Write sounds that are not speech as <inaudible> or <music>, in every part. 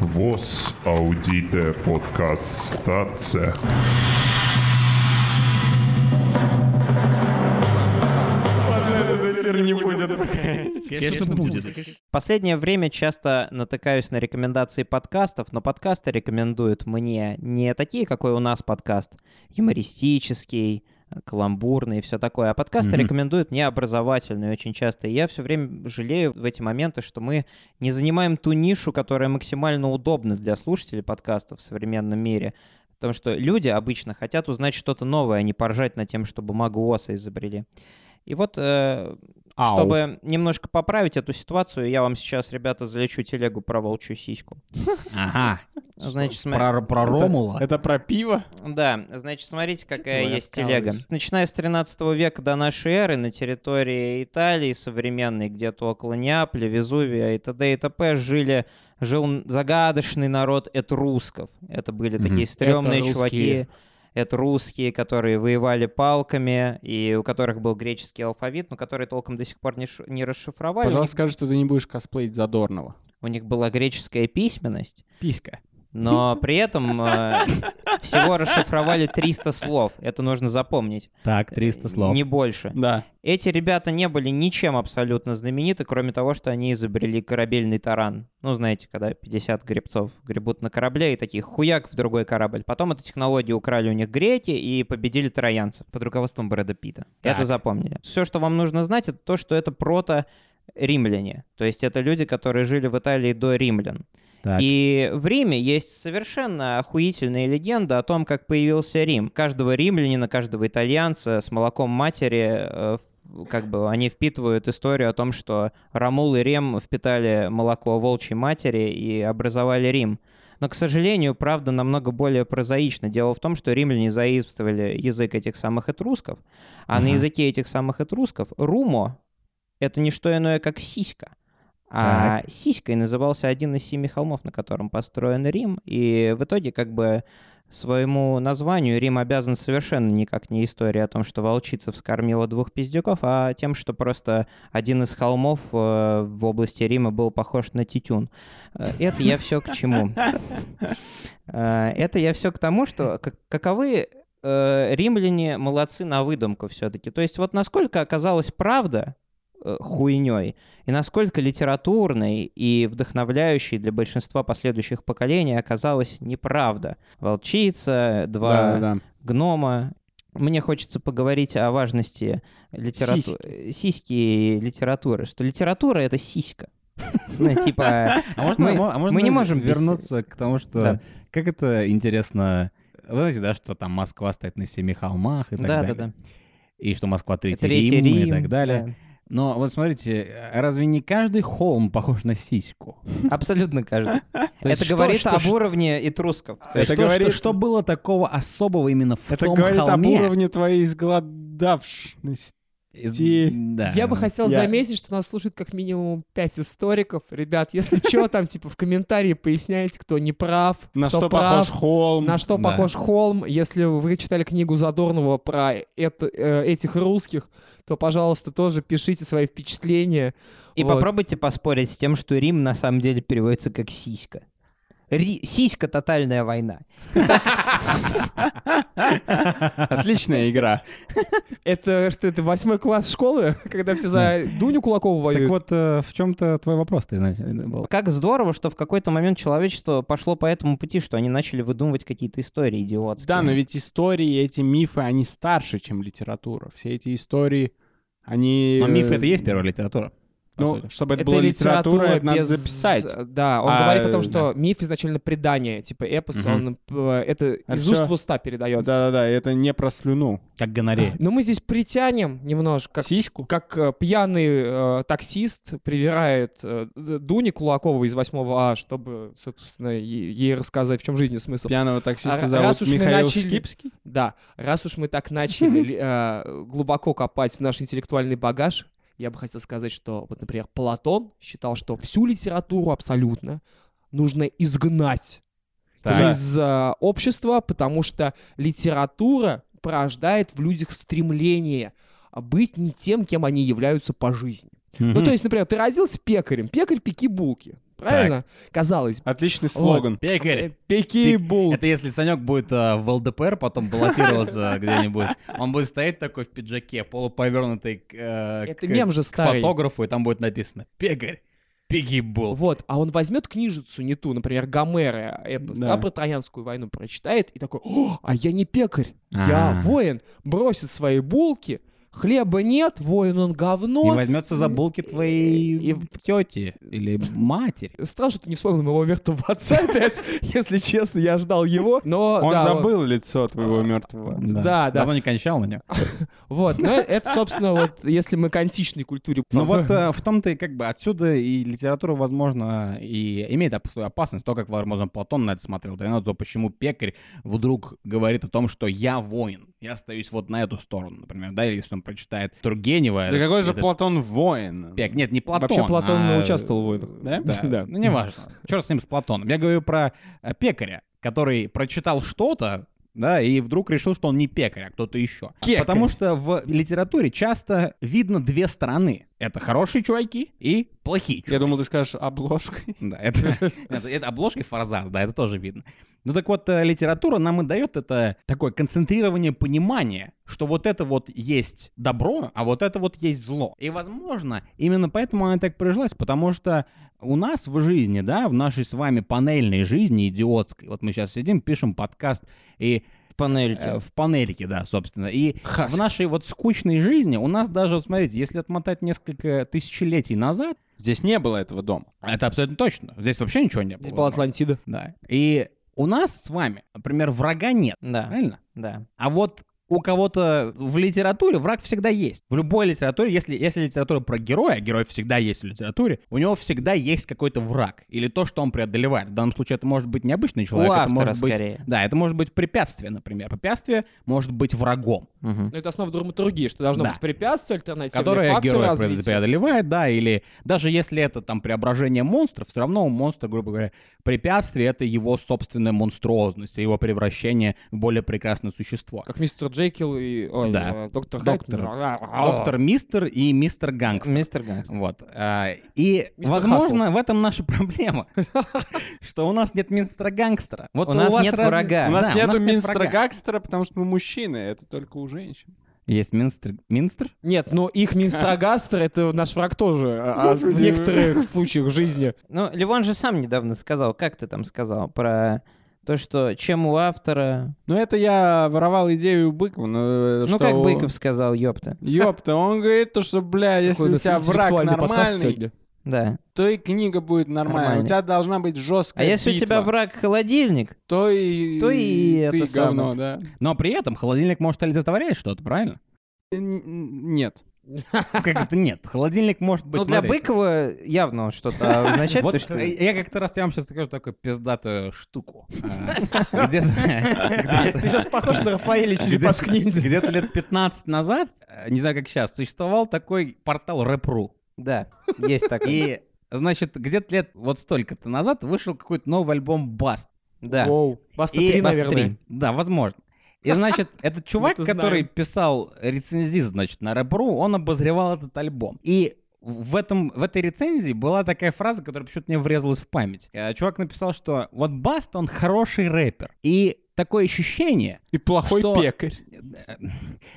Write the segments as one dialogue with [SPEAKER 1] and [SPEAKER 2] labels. [SPEAKER 1] Vos Audite Podcast Stacja.
[SPEAKER 2] Конечно, будет.
[SPEAKER 3] Последнее время часто натыкаюсь на рекомендации подкастов, но подкасты рекомендуют мне не такие, какой у нас подкаст, юмористический, каламбурный и все такое, а подкасты
[SPEAKER 1] Мгм.
[SPEAKER 3] рекомендуют мне образовательные очень часто. И я все время жалею в эти моменты, что мы не занимаем ту нишу, которая максимально удобна для слушателей подкастов в современном мире. Потому что люди обычно хотят узнать что-то новое, а не поржать над тем, что бумагу ОСа изобрели. И вот э,
[SPEAKER 2] Ау.
[SPEAKER 3] чтобы немножко поправить эту ситуацию, я вам сейчас, ребята, залечу телегу про волчью сиську.
[SPEAKER 2] Ага.
[SPEAKER 3] Значит, сма-
[SPEAKER 2] Про, про Ромула.
[SPEAKER 4] Это про пиво?
[SPEAKER 3] да, значит, смотрите, какая
[SPEAKER 4] ты
[SPEAKER 3] есть
[SPEAKER 4] рассказываешь?
[SPEAKER 3] телега. Начиная с 13 века до нашей эры на территории Италии современной, где-то около Неаполя, Везувия и т.д. и т.п. жили жил н- загадочный народ этрусков. Это были
[SPEAKER 1] Мгм.
[SPEAKER 3] такие стрёмные
[SPEAKER 4] Это
[SPEAKER 3] чуваки.
[SPEAKER 4] русские.
[SPEAKER 3] Это русские, которые воевали палками, и у которых был греческий алфавит, но который толком до сих пор не, ш- не расшифровали. У них-
[SPEAKER 4] Пожалуйста, скажи, что ты не будешь косплеить Задорного.
[SPEAKER 3] у них была греческая письменность,
[SPEAKER 2] Писька.
[SPEAKER 3] но при этом э, всего расшифровали 300 слов. Это нужно запомнить.
[SPEAKER 2] Так,
[SPEAKER 3] Не больше.
[SPEAKER 4] Да.
[SPEAKER 3] Эти ребята не были ничем абсолютно знамениты, кроме того, что они изобрели корабельный таран. Ну, знаете, когда 50 гребцов гребут на корабле и такие хуяк в другой корабль. Потом эту технологию украли у них греки и победили троянцев под руководством Брэда Питта.
[SPEAKER 2] Так.
[SPEAKER 3] Это запомнили. Все, что вам нужно знать, это то, что это прото римляне. То есть это люди, которые жили в Италии до римлян.
[SPEAKER 2] Так.
[SPEAKER 3] И в Риме есть совершенно охуительная легенда о том, как появился Рим. Каждого римлянина, каждого итальянца с молоком матери, э, в- как бы они впитывают историю о том, что Рамул и Рем впитали молоко волчьей матери и образовали Рим. Но, к сожалению, правда намного более прозаична. Дело в том, что римляне заимствовали язык этих самых этрусков, а на
[SPEAKER 2] Ага.
[SPEAKER 3] языке этих самых этрусков румо — это не что иное, как сиська. А сиськой назывался один из семи холмов, на котором построен Рим, и в итоге как бы своему названию Рим обязан совершенно никак не истории о том, что волчица вскормила двух пиздюков, а тем, что просто один из холмов э, в области Рима был похож на титюн. Э, Это я все к чему. Э, Это я все к тому, что как- каковы э, римляне молодцы на выдумку все-таки. То есть вот насколько оказалась правда хуйней, и насколько литературной и вдохновляющей для большинства последующих поколений оказалась неправда. Волчица, два
[SPEAKER 4] Да, да.
[SPEAKER 3] гнома. Мне хочется поговорить о важности литературы. Сиськи. и литературы. Что литература —
[SPEAKER 2] <laughs>
[SPEAKER 3] это сиська. Ну, типа...
[SPEAKER 2] А можно,
[SPEAKER 3] мы-
[SPEAKER 2] мо- а можно
[SPEAKER 3] мы не можем без-
[SPEAKER 2] вернуться к тому, что
[SPEAKER 3] Да.
[SPEAKER 2] как это интересно. Вы знаете, да, что там Москва стоит на семи холмах и так далее.
[SPEAKER 3] Да-да-да.
[SPEAKER 2] И что Москва третий,
[SPEAKER 3] Третий
[SPEAKER 2] Рим,
[SPEAKER 3] Рим.
[SPEAKER 2] и так далее.
[SPEAKER 3] да.
[SPEAKER 2] Но вот смотрите, а разве не каждый холм похож на сиську?
[SPEAKER 3] Абсолютно каждый.
[SPEAKER 4] То есть
[SPEAKER 3] Это
[SPEAKER 4] что-
[SPEAKER 3] говорит
[SPEAKER 4] что-
[SPEAKER 3] об уровне этрусков. То есть
[SPEAKER 4] Это
[SPEAKER 2] что,
[SPEAKER 4] говорит-
[SPEAKER 2] что, что было такого особого именно в
[SPEAKER 4] Это
[SPEAKER 2] том
[SPEAKER 4] говорит об
[SPEAKER 2] холме?
[SPEAKER 4] уровне твоей изголодавшности.
[SPEAKER 2] Из-
[SPEAKER 4] Ти-
[SPEAKER 2] Да.
[SPEAKER 5] Я бы хотел
[SPEAKER 4] Я-
[SPEAKER 5] заметить, что нас слушает как минимум пять историков. Ребят, если
[SPEAKER 4] <laughs>
[SPEAKER 5] что, там типа в комментарии поясняйте, кто не прав,
[SPEAKER 4] На
[SPEAKER 5] кто
[SPEAKER 4] что
[SPEAKER 5] прав,
[SPEAKER 4] похож холм.
[SPEAKER 5] на что
[SPEAKER 2] Да.
[SPEAKER 5] похож Холм. Если вы читали книгу Задорнова про это- э, этих русских, то, пожалуйста, тоже пишите свои впечатления.
[SPEAKER 3] И
[SPEAKER 5] Вот.
[SPEAKER 3] попробуйте поспорить с тем, что Рим на самом деле переводится как сиська. Ри- Сиська — тотальная война.
[SPEAKER 4] Отличная игра.
[SPEAKER 5] Это что, это восьмой класс школы, <laughs> когда все за Дуню Кулакову
[SPEAKER 2] Так
[SPEAKER 5] воюют?
[SPEAKER 2] вот, э, в чем-то твой вопрос, ты знаешь, был.
[SPEAKER 3] Как здорово, что в какой-то момент человечество пошло по этому пути, что они начали выдумывать какие-то истории идиотские.
[SPEAKER 4] <laughs> Да, но ведь истории, эти мифы, они старше, чем литература. Все эти истории, они...
[SPEAKER 2] Но миф
[SPEAKER 4] э,
[SPEAKER 2] А это и есть первая литература. по
[SPEAKER 4] Ну,
[SPEAKER 2] сути.
[SPEAKER 4] чтобы это была литература, это надо
[SPEAKER 5] без-
[SPEAKER 4] записать.
[SPEAKER 5] Да, он
[SPEAKER 4] А,
[SPEAKER 5] говорит о том,
[SPEAKER 4] э,
[SPEAKER 5] что миф изначально предание, типа эпос,
[SPEAKER 2] Мгм.
[SPEAKER 5] он э, это
[SPEAKER 4] А
[SPEAKER 5] из уст
[SPEAKER 4] всё.
[SPEAKER 5] в уста передается.
[SPEAKER 4] Да-да-да, это не про слюну.
[SPEAKER 2] как
[SPEAKER 5] <laughs>
[SPEAKER 2] гонорея.
[SPEAKER 5] Но мы здесь притянем немножко, как,
[SPEAKER 4] Сиську?
[SPEAKER 5] как, э, пьяный э, таксист привирает э, Д- Дуни Кулакову из 8 А, чтобы, собственно, е- ей рассказать, в чем жизни смысл.
[SPEAKER 4] Пьяного
[SPEAKER 5] А
[SPEAKER 4] таксиста
[SPEAKER 5] р-
[SPEAKER 4] зовут
[SPEAKER 5] раз уж мы
[SPEAKER 4] Михаил
[SPEAKER 5] начали-
[SPEAKER 4] Скипский.
[SPEAKER 5] Да, раз уж мы так начали ли- э, глубоко копать в наш интеллектуальный багаж, я бы хотел сказать, что вот, например, Платон считал, что всю литературу абсолютно нужно изгнать
[SPEAKER 4] Да.
[SPEAKER 5] из э, общества, потому что литература порождает в людях стремление быть Ну, не тем, кем они являются по жизни. Ну, то есть, например, ты родился пекарем, пекарь пеки булки. Правильно? Казалось бы. Э,
[SPEAKER 4] Отличный слоган.
[SPEAKER 2] Вот, пекарь.
[SPEAKER 5] Пеки Булт.
[SPEAKER 2] Это если Санек будет э, в ЛДПР потом баллотироваться <laughs> где-нибудь, он будет стоять такой в пиджаке, полуповернутый к, э,
[SPEAKER 5] Это
[SPEAKER 2] к-
[SPEAKER 5] мем же
[SPEAKER 2] к
[SPEAKER 5] старый.
[SPEAKER 2] фотографу, и там будет написано «Пегарь, пигибол».
[SPEAKER 5] Вот, а он возьмет книжицу не ту, например, Гомера, эпос, да,
[SPEAKER 4] Да.
[SPEAKER 5] про Троянскую войну прочитает и такой, «О, а я не пекарь, я
[SPEAKER 2] А.
[SPEAKER 5] воин, бросит свои булки, хлеба нет, воин он
[SPEAKER 2] И
[SPEAKER 5] говно.
[SPEAKER 2] возьмется за булки твоей
[SPEAKER 5] и-
[SPEAKER 2] тети или матери.
[SPEAKER 5] Страшно, что ты не вспомнил моего мертвого отца опять, <laughs> если честно, я ждал его, но...
[SPEAKER 4] Он
[SPEAKER 5] да,
[SPEAKER 4] забыл лицо твоего мертвого. отца.
[SPEAKER 5] Да, да.
[SPEAKER 2] Давно не кончал на нем.
[SPEAKER 5] Вот, но это, собственно, вот, если мы к античной культуре...
[SPEAKER 2] Ну вот э, в том-то и как бы отсюда и литература, возможно, и имеет оп- свою опасность. То, как, возможно, Платон на это смотрел, да, и на то, почему пекарь вдруг говорит о том, что я воин, я остаюсь вот на эту сторону, например, да, или если он прочитает Тургенева.
[SPEAKER 4] Да какой же
[SPEAKER 2] этот
[SPEAKER 4] Платон воин?
[SPEAKER 2] пек- Нет, не Платон.
[SPEAKER 5] Вообще Платон
[SPEAKER 2] а-
[SPEAKER 5] не участвовал в войнах.
[SPEAKER 4] Да?
[SPEAKER 2] <laughs> Да,
[SPEAKER 5] Да.
[SPEAKER 2] ну неважно. Черт с ним, с Платоном. Я говорю про э, пекаря, который прочитал что-то, да, и вдруг решил, что он не пекарь, а кто-то еще.
[SPEAKER 4] Кекарь.
[SPEAKER 2] Потому что в литературе часто видно две стороны. Это хорошие чуваки и плохие чуваки.
[SPEAKER 4] Я думал, ты скажешь обложкой.
[SPEAKER 2] Да,
[SPEAKER 4] <laughs>
[SPEAKER 2] это, это, это обложка и форзац, да, это тоже видно. Ну так вот, э, литература нам и дает это такое концентрирование понимания, что вот это вот есть добро, а вот это вот есть зло. И, возможно, именно поэтому она так прижилась, потому что у нас в жизни, да, в нашей с вами панельной жизни идиотской, вот мы сейчас сидим, пишем подкаст, и э,
[SPEAKER 3] Панельки.
[SPEAKER 2] в панельке, да, собственно. И
[SPEAKER 4] Хаски.
[SPEAKER 2] в нашей вот скучной жизни у нас даже, вот смотрите, если отмотать несколько тысячелетий назад,
[SPEAKER 4] Здесь не было этого дома.
[SPEAKER 2] это абсолютно точно. Здесь вообще ничего не было.
[SPEAKER 5] Здесь была Атлантида.
[SPEAKER 2] Да. И у нас с вами, например, врага нет,
[SPEAKER 3] Да,
[SPEAKER 2] правильно?
[SPEAKER 3] да.
[SPEAKER 2] А вот у кого-то в литературе враг всегда есть. В любой литературе, если, если литература про героя, а герой всегда есть в литературе, у него всегда есть какой-то враг или то, что он преодолевает. В данном случае это может быть необычный
[SPEAKER 3] У
[SPEAKER 2] человек, это
[SPEAKER 3] автора
[SPEAKER 2] может быть...
[SPEAKER 3] скорее.
[SPEAKER 2] Да, это может быть препятствие, например. Препятствие может быть врагом,
[SPEAKER 3] Мгм.
[SPEAKER 5] Но это основа драматургии, что должно
[SPEAKER 2] Да.
[SPEAKER 5] быть препятствие, альтернативные
[SPEAKER 2] которое
[SPEAKER 5] факторы
[SPEAKER 2] герой
[SPEAKER 5] развития.
[SPEAKER 2] преодолевает, да, или даже если это там преображение монстров, все равно у монстра, грубо говоря, препятствие — это его собственная монструозность, его превращение в более прекрасное существо.
[SPEAKER 5] Как мистер Джекил и ой,
[SPEAKER 2] Да.
[SPEAKER 5] э, доктор
[SPEAKER 2] Доктор.
[SPEAKER 5] Хайд.
[SPEAKER 2] А Доктор Мистер и Мистер Гангстер.
[SPEAKER 3] Мистер Гангстер.
[SPEAKER 2] Вот. а, И,
[SPEAKER 5] Мистер
[SPEAKER 2] возможно, в этом наша проблема, что у нас нет Мистера Гангстера. Вот
[SPEAKER 3] У нас
[SPEAKER 2] вас
[SPEAKER 3] нет
[SPEAKER 2] разве-
[SPEAKER 4] У
[SPEAKER 3] врага.
[SPEAKER 2] Да,
[SPEAKER 4] нас нету
[SPEAKER 2] нет
[SPEAKER 4] Минстра
[SPEAKER 2] врага.
[SPEAKER 4] Гакстера, потому что мы мужчины, это только у женщин.
[SPEAKER 2] Есть Минстер. Минстер?
[SPEAKER 5] Нет, но их Минстрагастер — это наш враг тоже а, а в
[SPEAKER 4] Господи.
[SPEAKER 5] некоторых случаях жизни.
[SPEAKER 3] Ну, Левон же сам недавно сказал, как ты там сказал, про то, что чем у автора...
[SPEAKER 4] Ну это я воровал идею у Быкова. но, э,
[SPEAKER 3] Ну,
[SPEAKER 4] что
[SPEAKER 3] как
[SPEAKER 4] у-
[SPEAKER 3] Быков сказал, ёпта.
[SPEAKER 4] Ёпта, он говорит то, что, бля, если
[SPEAKER 5] Какой
[SPEAKER 4] у
[SPEAKER 5] нас
[SPEAKER 4] тебя враг
[SPEAKER 5] интеллектуальный подкаст
[SPEAKER 4] нормальный,
[SPEAKER 5] сегодня.
[SPEAKER 3] Да.
[SPEAKER 4] то и книга будет нормальная. У
[SPEAKER 3] Нормальный.
[SPEAKER 4] тебя должна быть
[SPEAKER 3] А
[SPEAKER 4] жесткая
[SPEAKER 3] если у тебя
[SPEAKER 4] битва,
[SPEAKER 3] враг холодильник,
[SPEAKER 4] то и
[SPEAKER 3] то и
[SPEAKER 4] ты
[SPEAKER 3] это самое.
[SPEAKER 4] говно, да.
[SPEAKER 2] Но при этом холодильник может олицетворять что-то, правильно?
[SPEAKER 4] Н- н- Нет.
[SPEAKER 2] Как это нет? Холодильник может быть...
[SPEAKER 3] ну, для
[SPEAKER 2] смотрите,
[SPEAKER 3] Быкова явно как-то означает
[SPEAKER 2] Вот
[SPEAKER 3] то, что...
[SPEAKER 2] э, я как-то раз я вам сейчас скажу такую пиздатую штуку. А, Где-то
[SPEAKER 5] Ты сейчас похож на Рафаэля черепашку
[SPEAKER 2] где-то-
[SPEAKER 5] ниндзя.
[SPEAKER 2] где-то лет 15 назад, э, не знаю как сейчас, существовал такой портал Рэпру.
[SPEAKER 3] Да, есть такое.
[SPEAKER 2] И, значит, где-то лет вот столько-то назад вышел какой-то новый альбом Баст.
[SPEAKER 3] Да.
[SPEAKER 5] Воу. Баста
[SPEAKER 2] И-
[SPEAKER 5] 3,
[SPEAKER 2] Баста
[SPEAKER 5] наверное.
[SPEAKER 2] Да, возможно. И,
[SPEAKER 5] <laughs>
[SPEAKER 2] значит, этот чувак,
[SPEAKER 5] Мы-то знаем.
[SPEAKER 2] который писал рецензии, значит, на Рэпру, он обозревал этот альбом. И в, этом, в этой рецензии была такая фраза, которая почему-то мне врезалась в память. Э, Чувак написал, что вот Баст, он хороший рэпер. И такое ощущение,
[SPEAKER 4] И плохой
[SPEAKER 2] Что?
[SPEAKER 4] пекарь.
[SPEAKER 2] Э,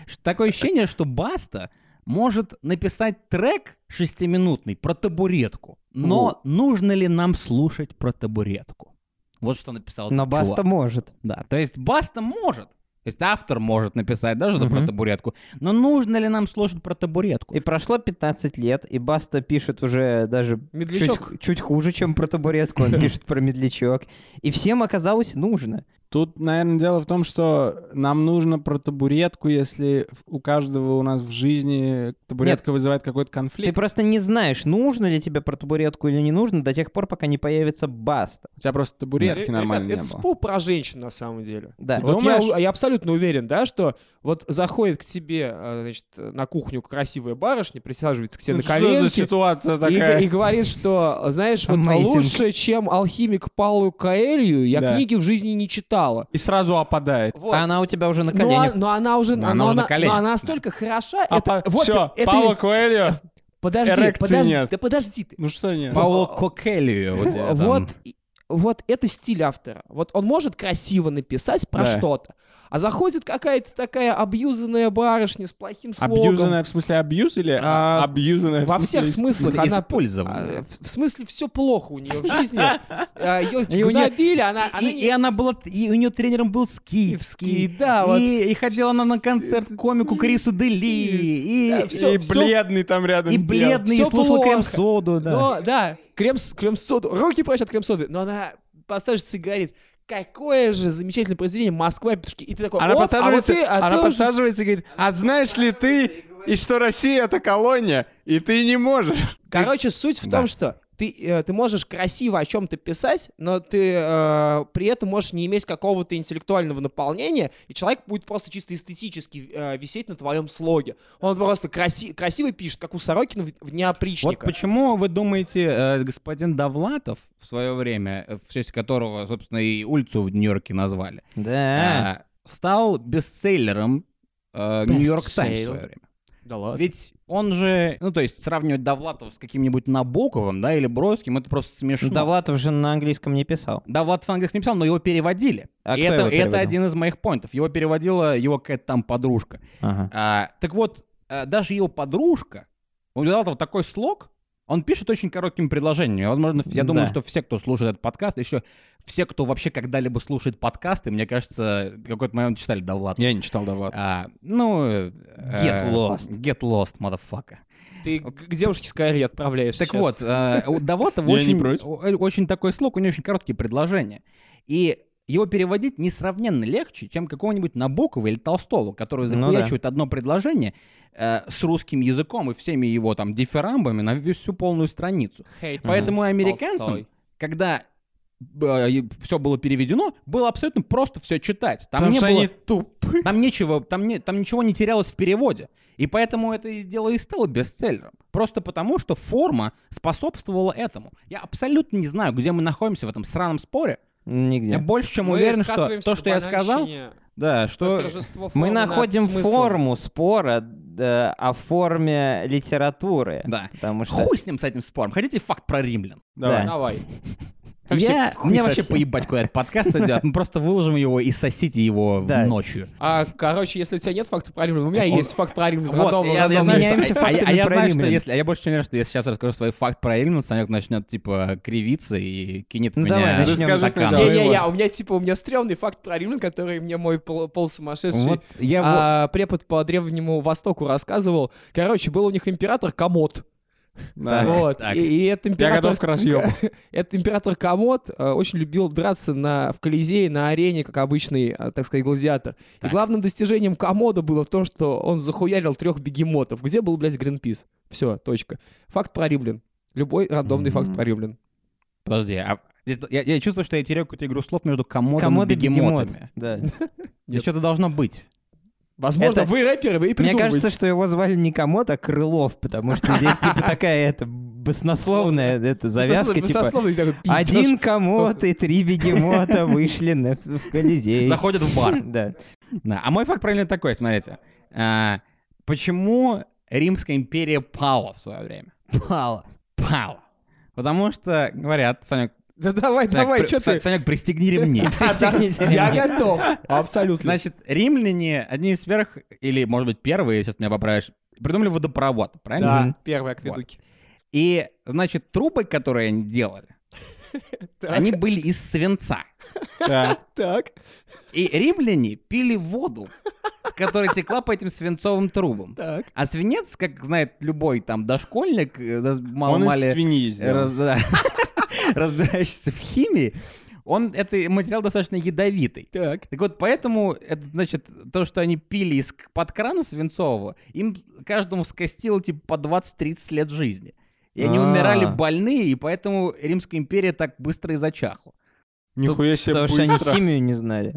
[SPEAKER 2] ш- Такое ощущение, что Баста может написать трек шестиминутный про табуретку. Но нужно ли нам слушать про табуретку? Вот что написал
[SPEAKER 3] Но
[SPEAKER 2] этот
[SPEAKER 3] Баста
[SPEAKER 2] чувак.
[SPEAKER 3] может.
[SPEAKER 2] Да, то есть Баста может. То есть автор может написать даже да, про
[SPEAKER 3] Мгм.
[SPEAKER 2] табуретку. Но нужно ли нам слушать про табуретку?
[SPEAKER 3] И прошло 15 лет, и Баста пишет уже даже чуть,
[SPEAKER 5] Медлячок.
[SPEAKER 3] чуть хуже, чем про табуретку, он пишет про медлячок. И всем оказалось нужно.
[SPEAKER 4] Тут, наверное, дело в том, что нам нужно про табуретку, если в- у каждого у нас в жизни табуретка вызывает какой-то
[SPEAKER 3] Ты
[SPEAKER 4] конфликт.
[SPEAKER 3] просто не знаешь, нужно ли тебе про табуретку или не нужно, до тех пор, пока не появится Баста.
[SPEAKER 4] У тебя просто табуретки
[SPEAKER 5] Ребят,
[SPEAKER 4] нормально
[SPEAKER 5] Это
[SPEAKER 4] не было.
[SPEAKER 5] спор про женщин, на самом деле.
[SPEAKER 3] Да.
[SPEAKER 5] Вот я,
[SPEAKER 4] Думаешь?
[SPEAKER 5] у- я абсолютно уверен, да, что вот заходит к тебе, а, значит, на кухню красивая барышня, присаживается к тебе
[SPEAKER 4] Ну,
[SPEAKER 5] на
[SPEAKER 4] что за
[SPEAKER 5] коленки
[SPEAKER 4] ситуация
[SPEAKER 5] и,
[SPEAKER 4] такая?
[SPEAKER 5] г- и говорит, что, знаешь, вот
[SPEAKER 3] Amazing.
[SPEAKER 5] лучше, чем алхимик Паулу Каэлью, я
[SPEAKER 4] Да.
[SPEAKER 5] книги в жизни не читала.
[SPEAKER 4] И сразу опадает.
[SPEAKER 5] Вот.
[SPEAKER 3] А она у тебя уже на
[SPEAKER 5] но,
[SPEAKER 3] коленях.
[SPEAKER 5] а- но она уже,
[SPEAKER 2] Но
[SPEAKER 5] но
[SPEAKER 2] она уже на
[SPEAKER 5] она,
[SPEAKER 2] коленях,
[SPEAKER 5] но она настолько хороша.
[SPEAKER 4] А
[SPEAKER 5] это,
[SPEAKER 4] по-
[SPEAKER 5] вот <laughs>
[SPEAKER 4] всё,
[SPEAKER 5] те- это
[SPEAKER 4] Пауло
[SPEAKER 5] и-
[SPEAKER 4] Коэльо
[SPEAKER 5] Подожди,
[SPEAKER 4] Эрекции
[SPEAKER 5] подожди,
[SPEAKER 4] нет.
[SPEAKER 5] да подожди ты.
[SPEAKER 4] Ну что нет?
[SPEAKER 2] Пауло Кокелью. у тебя там.
[SPEAKER 5] Вот, и- вот это стиль автора. Вот он может красиво написать про
[SPEAKER 4] Да.
[SPEAKER 5] что-то, а заходит какая-то такая абьюзанная барышня с плохим слогом.
[SPEAKER 4] Абьюзанная в смысле абьюз или
[SPEAKER 5] А,
[SPEAKER 4] а, абьюзанная в
[SPEAKER 5] Во всех
[SPEAKER 4] смысле-
[SPEAKER 5] смыслах
[SPEAKER 2] Да,
[SPEAKER 5] она...
[SPEAKER 2] использование.
[SPEAKER 5] а, В в смысле, все плохо у нее в
[SPEAKER 2] <laughs>
[SPEAKER 5] жизни. А, Ее
[SPEAKER 2] И у неё-
[SPEAKER 5] гнобили, она... она
[SPEAKER 2] и,
[SPEAKER 5] не-
[SPEAKER 2] и она была, и у нее тренером был Скифский,
[SPEAKER 5] Скифский, да, вот.
[SPEAKER 2] и, и ходила она на концерт комику Крису Дели, и,
[SPEAKER 5] Да, всё-
[SPEAKER 4] и бледный там рядом.
[SPEAKER 2] и
[SPEAKER 4] пел.
[SPEAKER 2] бледный, и
[SPEAKER 5] всё
[SPEAKER 2] слушал
[SPEAKER 5] плохо.
[SPEAKER 2] крем-соду, да.
[SPEAKER 5] Но, да, крем, с- крем-соду, руки прочь от крем-соды, но она подсаживается и говорит, какое же замечательное произведение Москва петушки. И ты такой,
[SPEAKER 4] Она
[SPEAKER 5] «Оп, а вот
[SPEAKER 4] подсаживается,
[SPEAKER 5] ты, а
[SPEAKER 4] она
[SPEAKER 5] ты уже-
[SPEAKER 4] подсаживается и говорит, а знаешь ли ты, и что Россия это колония, и ты не можешь.
[SPEAKER 5] Короче, суть в
[SPEAKER 2] Да.
[SPEAKER 5] том, что ты, э, ты можешь красиво о чем-то писать, но ты э, при этом можешь не иметь какого-то интеллектуального наполнения, и человек будет просто чисто эстетически э, висеть на твоем слоге. Он просто краси- красиво пишет, как у Сорокина в, в
[SPEAKER 2] Вот
[SPEAKER 5] «Неопричника».
[SPEAKER 2] почему вы думаете, э, господин Довлатов в свое время, э, в честь которого, собственно, и улицу в Нью-Йорке назвали, э,
[SPEAKER 3] Да.
[SPEAKER 2] стал бестселлером э, Нью-Йорк Таймс в
[SPEAKER 5] Бестселлер.
[SPEAKER 2] свое время.
[SPEAKER 5] Да ладно.
[SPEAKER 2] Ведь он же, ну то есть сравнивать Довлатова с каким-нибудь Набоковым, да, или Бродским, это просто смешно.
[SPEAKER 3] Ну, Довлатов же на английском не писал.
[SPEAKER 2] Довлатов в английском не писал, но его переводили.
[SPEAKER 3] А
[SPEAKER 2] и
[SPEAKER 3] кто
[SPEAKER 2] это,
[SPEAKER 3] его
[SPEAKER 2] и это
[SPEAKER 3] переводил?
[SPEAKER 2] один из моих поинтов. Его переводила его какая-то там подружка.
[SPEAKER 3] Ага.
[SPEAKER 2] А, так вот, а, даже его подружка, у Довлатова такой слог, он пишет очень короткими предложениями. Возможно, я думаю,
[SPEAKER 3] Да.
[SPEAKER 2] что все, кто слушает этот подкаст, еще все, кто вообще когда-либо слушает подкасты, мне кажется, в какой-то момент читали Довлатова.
[SPEAKER 4] Я не читал Довлатова.
[SPEAKER 2] А, ну... э,
[SPEAKER 3] Get lost.
[SPEAKER 2] Get lost, motherfucker.
[SPEAKER 5] Ты к к девушке с Кайли отправляешь
[SPEAKER 2] Так
[SPEAKER 5] сейчас.
[SPEAKER 2] вот, э, у Довлатова
[SPEAKER 4] Я не
[SPEAKER 2] очень,
[SPEAKER 4] против.
[SPEAKER 2] о- э, очень такой слог, у него очень короткие предложения. И его переводить несравненно легче, чем какого-нибудь Набокова или Толстого, который
[SPEAKER 3] Ну да.
[SPEAKER 2] захуячивает одно предложение э, с русским языком и всеми его там дифирамбами на всю, всю полную страницу.
[SPEAKER 5] Хейт
[SPEAKER 2] Поэтому и американцам,
[SPEAKER 5] Толстой.
[SPEAKER 2] когда все было переведено, было абсолютно просто все читать. Там
[SPEAKER 4] Потому
[SPEAKER 2] не
[SPEAKER 4] что
[SPEAKER 2] было...
[SPEAKER 4] они тупы.
[SPEAKER 2] Там нечего, там, не, там ничего не терялось в переводе. И поэтому это и дело и стало бестселлером. Просто потому, что форма способствовала этому. Я абсолютно не знаю, где мы находимся в этом сраном споре. Я
[SPEAKER 3] Нигде.
[SPEAKER 2] больше чем
[SPEAKER 5] Мы
[SPEAKER 2] уверен, что
[SPEAKER 5] скатываемся
[SPEAKER 2] то,
[SPEAKER 5] к
[SPEAKER 2] что я сказал,
[SPEAKER 5] банальщине,
[SPEAKER 2] да, что...
[SPEAKER 5] торжество
[SPEAKER 3] Мы
[SPEAKER 5] формы над
[SPEAKER 3] находим
[SPEAKER 5] смыслом.
[SPEAKER 3] форму спора да, о форме литературы.
[SPEAKER 2] Да.
[SPEAKER 3] Потому что
[SPEAKER 2] Хуй с ним, с этим спором. Хотите факт про римлян?
[SPEAKER 4] Давай.
[SPEAKER 3] Да.
[SPEAKER 5] Давай.
[SPEAKER 2] Я, мне вообще
[SPEAKER 3] совсем.
[SPEAKER 2] поебать, куда этот подкаст идет. Мы просто выложим его и сосите его
[SPEAKER 3] Да.
[SPEAKER 2] ночью.
[SPEAKER 5] А, короче, если у тебя нет факта про Римлян, у меня есть факт про Римлян.
[SPEAKER 2] Вот,
[SPEAKER 5] Рандомно,
[SPEAKER 2] я- я
[SPEAKER 5] рандомно.
[SPEAKER 2] знаю, что-
[SPEAKER 3] Меняемся
[SPEAKER 2] а я- а
[SPEAKER 3] фактами
[SPEAKER 2] я
[SPEAKER 3] про
[SPEAKER 2] знаю, что
[SPEAKER 3] римлян.
[SPEAKER 2] если- а я больше чем уверен, что если сейчас расскажу свой факт про римлян, Санек начнет, типа, кривиться и кинет в
[SPEAKER 3] Ну,
[SPEAKER 2] меня
[SPEAKER 3] давай,
[SPEAKER 4] начнем. Расскажи
[SPEAKER 2] стаканом.
[SPEAKER 4] сначала.
[SPEAKER 5] Не-не-не,
[SPEAKER 4] его.
[SPEAKER 5] у меня типа, у меня стрёмный факт про Римлян, который мне мой пол- полусумасшедший
[SPEAKER 2] Вот я вот-
[SPEAKER 5] а, препод по Древнему Востоку рассказывал. Короче, был у них император Комод.
[SPEAKER 4] Да.
[SPEAKER 5] <laughs> Вот.
[SPEAKER 2] так.
[SPEAKER 5] И, и этот
[SPEAKER 4] Я
[SPEAKER 5] император,
[SPEAKER 4] готов к
[SPEAKER 5] <laughs>
[SPEAKER 4] разъему.
[SPEAKER 5] этот император Комод э, очень любил драться на, в Колизее, на арене, как обычный, э, так сказать, гладиатор. И
[SPEAKER 2] Так.
[SPEAKER 5] главным достижением Комода было в том, что он захуярил трех бегемотов. Где был, блядь, Гринпис? Все, точка. Факт про Римлян. Любой рандомный факт про Римлян.
[SPEAKER 2] Подожди, а здесь- я, я чувствую, что я теряю какую-то игру слов между комодом
[SPEAKER 3] комоды
[SPEAKER 2] и бегемотами.
[SPEAKER 3] бегемот.
[SPEAKER 2] <laughs>
[SPEAKER 3] Да.
[SPEAKER 2] Здесь что-то должно быть.
[SPEAKER 5] Возможно,
[SPEAKER 3] Это-
[SPEAKER 5] вы рэперы, вы и
[SPEAKER 3] Мне
[SPEAKER 5] придумываете.
[SPEAKER 3] кажется, что его звали не Комод, а Крылов, потому что здесь типа такая это баснословная это завязка, типа
[SPEAKER 5] Баснословный такой пиздёж.
[SPEAKER 3] один комод и три
[SPEAKER 2] <laughs>
[SPEAKER 3] бегемота вышли на, в Колизей.
[SPEAKER 2] Заходят в
[SPEAKER 3] <laughs>
[SPEAKER 2] бар.
[SPEAKER 3] Да.
[SPEAKER 2] Да, А мой факт правильно такой, смотрите. А, почему Римская империя пала в свое время? <laughs>
[SPEAKER 3] Мало.
[SPEAKER 2] Пала. Потому что, говорят, Санек,
[SPEAKER 5] <laughs> Да давай,
[SPEAKER 2] Санек,
[SPEAKER 5] давай,
[SPEAKER 2] при-
[SPEAKER 5] что ты?
[SPEAKER 2] Са- Санек, пристегни
[SPEAKER 3] <laughs>
[SPEAKER 2] ремни.
[SPEAKER 3] Пристегните
[SPEAKER 5] Я
[SPEAKER 3] ремни.
[SPEAKER 5] готов. Абсолютно.
[SPEAKER 2] Значит, римляне одни из первых, или, может быть, первые, сейчас меня поправишь, придумали водопровод, правильно?
[SPEAKER 5] Да, первые акведуки.
[SPEAKER 2] И, значит, трубы, которые они делали,
[SPEAKER 5] Так,
[SPEAKER 2] они были из свинца.
[SPEAKER 4] Да.
[SPEAKER 5] Так.
[SPEAKER 2] И римляне пили воду, которая текла по этим свинцовым трубам.
[SPEAKER 5] Так.
[SPEAKER 2] А свинец, как знает любой там дошкольник, э, раз-
[SPEAKER 4] Он из
[SPEAKER 2] мало-мали
[SPEAKER 4] свиньи сделал.
[SPEAKER 2] раз- да, <laughs> разбирающийся в химии, он это материал достаточно ядовитый.
[SPEAKER 5] Так.
[SPEAKER 2] Так вот, поэтому, это, значит, то, что они пили из-под крана свинцового, им каждому скостило типа по 20-30 лет жизни. И они
[SPEAKER 3] А.
[SPEAKER 2] умирали больные, и поэтому Римская империя так быстро и зачахла.
[SPEAKER 4] Нихуя себе
[SPEAKER 3] Потому что они
[SPEAKER 4] быстро.
[SPEAKER 3] химию не знали.